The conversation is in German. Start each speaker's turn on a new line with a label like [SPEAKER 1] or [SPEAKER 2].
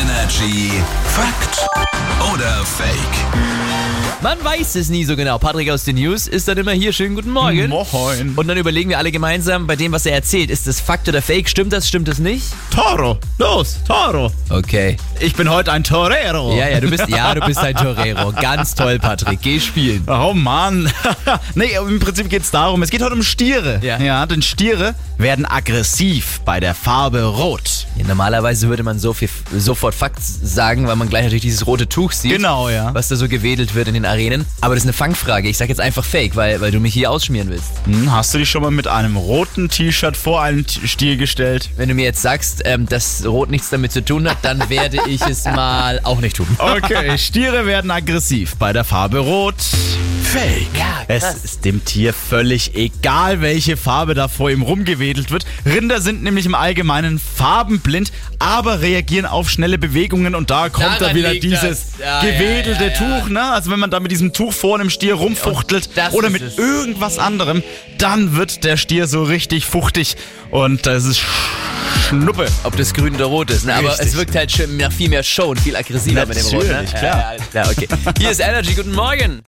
[SPEAKER 1] Energy Fakt oder Fake?
[SPEAKER 2] Man weiß es nie so genau. Patrick aus den News ist dann immer hier. Schönen guten Morgen.
[SPEAKER 3] Moin.
[SPEAKER 2] Und dann überlegen wir alle gemeinsam bei dem, was er erzählt. Ist das Fakt oder Fake? Stimmt das? Stimmt das nicht?
[SPEAKER 3] Toro. Los, Toro.
[SPEAKER 2] Okay.
[SPEAKER 3] Ich bin heute ein Torero.
[SPEAKER 2] Ja, ja, du bist, ja, du bist ein Torero. Ganz toll, Patrick. Geh spielen.
[SPEAKER 3] Oh Mann. nee, im Prinzip geht es darum, es geht heute um Stiere.
[SPEAKER 2] Ja.
[SPEAKER 3] denn Stiere werden aggressiv bei der Farbe Rot.
[SPEAKER 2] Ja, normalerweise würde man so viel, sofort Fakt sagen, weil man gleich natürlich dieses rote Tuch sieht.
[SPEAKER 3] Genau, ja.
[SPEAKER 2] Was da so gewedelt wird in den Arenen. Aber das ist eine Fangfrage. Ich sag jetzt einfach Fake, weil, weil du mich hier ausschmieren willst.
[SPEAKER 3] Hm, hast du dich schon mal mit einem roten T-Shirt vor einen T- Stier gestellt?
[SPEAKER 2] Wenn du mir jetzt sagst, ähm, dass Rot nichts damit zu tun hat, dann werde ich es mal auch nicht tun.
[SPEAKER 3] Okay, Stiere werden aggressiv bei der Farbe Rot.
[SPEAKER 1] Fake.
[SPEAKER 2] Ja,
[SPEAKER 3] Es ist dem Tier völlig egal, welche Farbe da vor ihm rumgewedelt wird. Rinder sind nämlich im Allgemeinen farbenblind, aber reagieren auf schnelle Bewegungen und da kommt
[SPEAKER 2] Daran
[SPEAKER 3] dann wieder
[SPEAKER 2] liegt
[SPEAKER 3] dieses
[SPEAKER 2] das. Ja, ja,
[SPEAKER 3] gewedelte
[SPEAKER 2] ja, ja.
[SPEAKER 3] Tuch. Ne? Also wenn man da mit diesem Tuch vor einem Stier rumfuchtelt
[SPEAKER 2] Und das
[SPEAKER 3] oder
[SPEAKER 2] ist
[SPEAKER 3] mit
[SPEAKER 2] es.
[SPEAKER 3] irgendwas anderem, dann wird der Stier so richtig fuchtig und das ist Schnuppe.
[SPEAKER 2] Ob das grün oder rot ist. Ne? Aber
[SPEAKER 3] Richtig.
[SPEAKER 2] es wirkt halt schon nach viel mehr Show und viel aggressiver mit dem Rot. Ne?
[SPEAKER 3] Natürlich, klar.
[SPEAKER 2] Ja, ja, ja, okay. Hier ist Energy, guten Morgen.